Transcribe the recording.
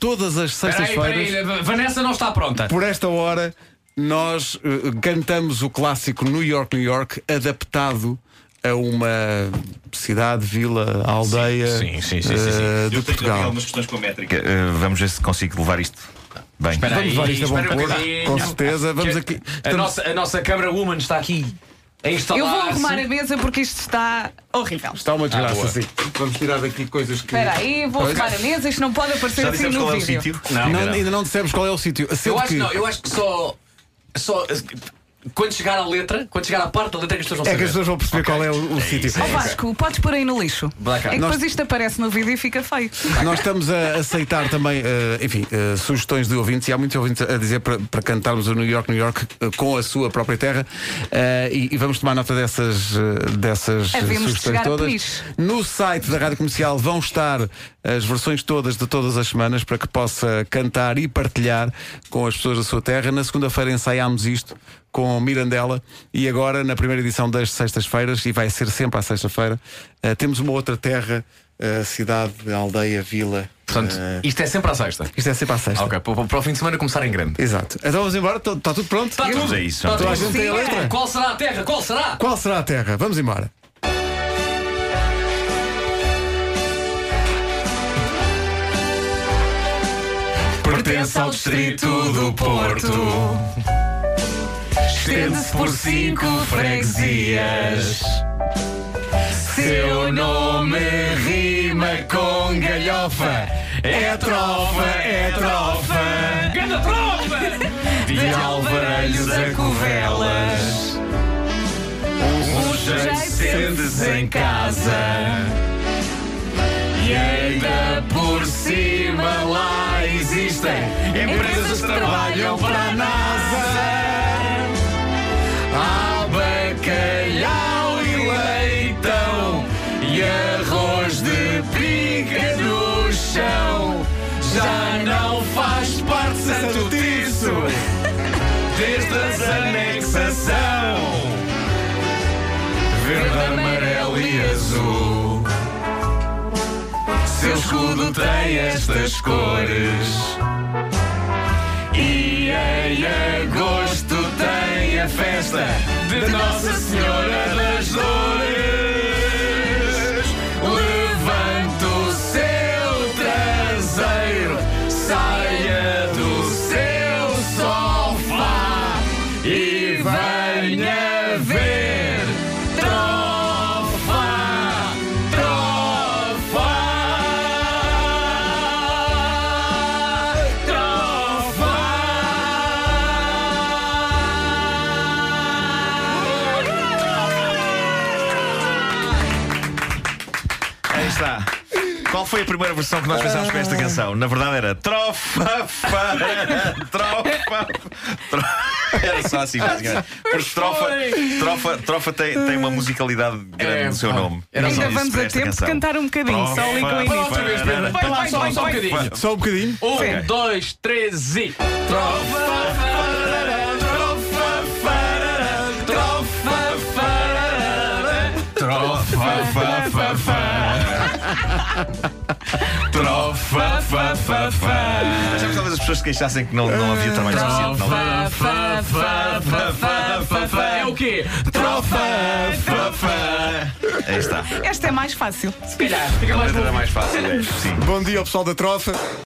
Todas as Peraí, sextas-feiras, peraí, Va- Vanessa não está pronta. por esta hora, nós eh, cantamos o clássico New York, New York, adaptado a uma cidade, vila, aldeia sim, sim, sim, sim, sim. eh, de Eu tenho também Portugal. algumas questões com a métrica. Eh, vamos ver se consigo levar isto bem. Espera aí, Vamos levar isto a bom espera um porto, bocadinho. com certeza. Vamos aqui. A Estamos- nossa, a nossa Câmara Woman está aqui a instalar. Eu vou arrumar a mesa porque isto está horrível. Está uma desgraça, Ah, boa. sim. Vamos tirar daqui coisas que. Espera aí, vou arrumar a mesa, isto não pode aparecer Já assim dissemos no qual é o vídeo. sítio? Não. Não, ainda não dissemos qual é o sítio. Eu Sendo acho, que- não, eu acho que só. só quando chegar à letra, quando chegar à parte da letra que as pessoas vão É que saber. as pessoas vão perceber qual é o, o sítio. Ó Vasco, podes pôr aí no lixo. Vai cá. É que Nós- depois isto aparece no vídeo e fica feio. Nós estamos a aceitar também, eh, enfim, eh, sugestões de ouvintes e há muitos ouvintes a dizer para, para cantarmos o New York, New York eh, com a sua própria terra eh, e, e vamos tomar nota dessas, eh, dessas eh, Havemos de sugestões chegar todas. feliz. No site da Rádio Comercial vão estar as versões todas de todas as semanas para que possa cantar e partilhar com as pessoas da sua terra. Na segunda-feira ensaiámos isto com Mirandela e agora na primeira edição das sextas-feiras, e vai ser sempre à sexta-feira, eh, temos uma outra terra, eh, cidade, aldeia, vila. Portanto, eh, isto é sempre à sexta. isto é sempre à sexta. Ok, para, para o fim de semana começar em grande. Exato. Então vamos embora, está tudo pronto? Está tudo. É isso, Está já Toda a tudo. gente tem a Sim, é. letra? Qual será a terra? Qual será? Qual será a terra? Vamos embora. Pertence ao distrito do Porto. Estende-se por cinco freguesias. Seu nome rima com galhofa. É trofa, é trofa. Ganda trofa! De alvarelhos a covelas. Um sujeito sente-se em casa. E ainda por cima lá existem empresas que trabalham para a NASA. Há bacalhau e leitão e arroz de pica no chão. Já não faz parte santo disso desde a anexação. Verde, amarelo e azul. Seu escudo tem estas cores. E em agosto tem a festa de Nossa Senhora das Dores. Levanta o seu traseiro, saia do seu sofá e venha ver. Trofa, trofa, trofa. Aí está. Qual foi a primeira versão que nós pensámos com esta canção? Na verdade era trofa, fa, trofa, trofa. Era só assim, basicamente. Porque trofa, trofa, trofa tem, tem uma musicalidade grande É, no seu pá. nome. Era só só isso Ainda vamos para a esta tempo de canção. Oh, cantar um bocadinho, só ali com o início. Outra vez, Pedro. Vai lá, só- só um bocadinho. Só um bocadinho. Um, Ok. dois, três e. Trofa, fa, fa, fa. Trofa, fa, fa, fa. Já talvez as pessoas se queixassem que não, não havia trabalho suficiente. Não. Fa, é? fa, fa, fa, fa, fa, fa. É o quê? Trofa! Fa, fa. Aí está. Esta é mais fácil. Se calhar, fica A mais letra bom. era mais fácil. é. Sim. Bom dia ao pessoal da Trofa.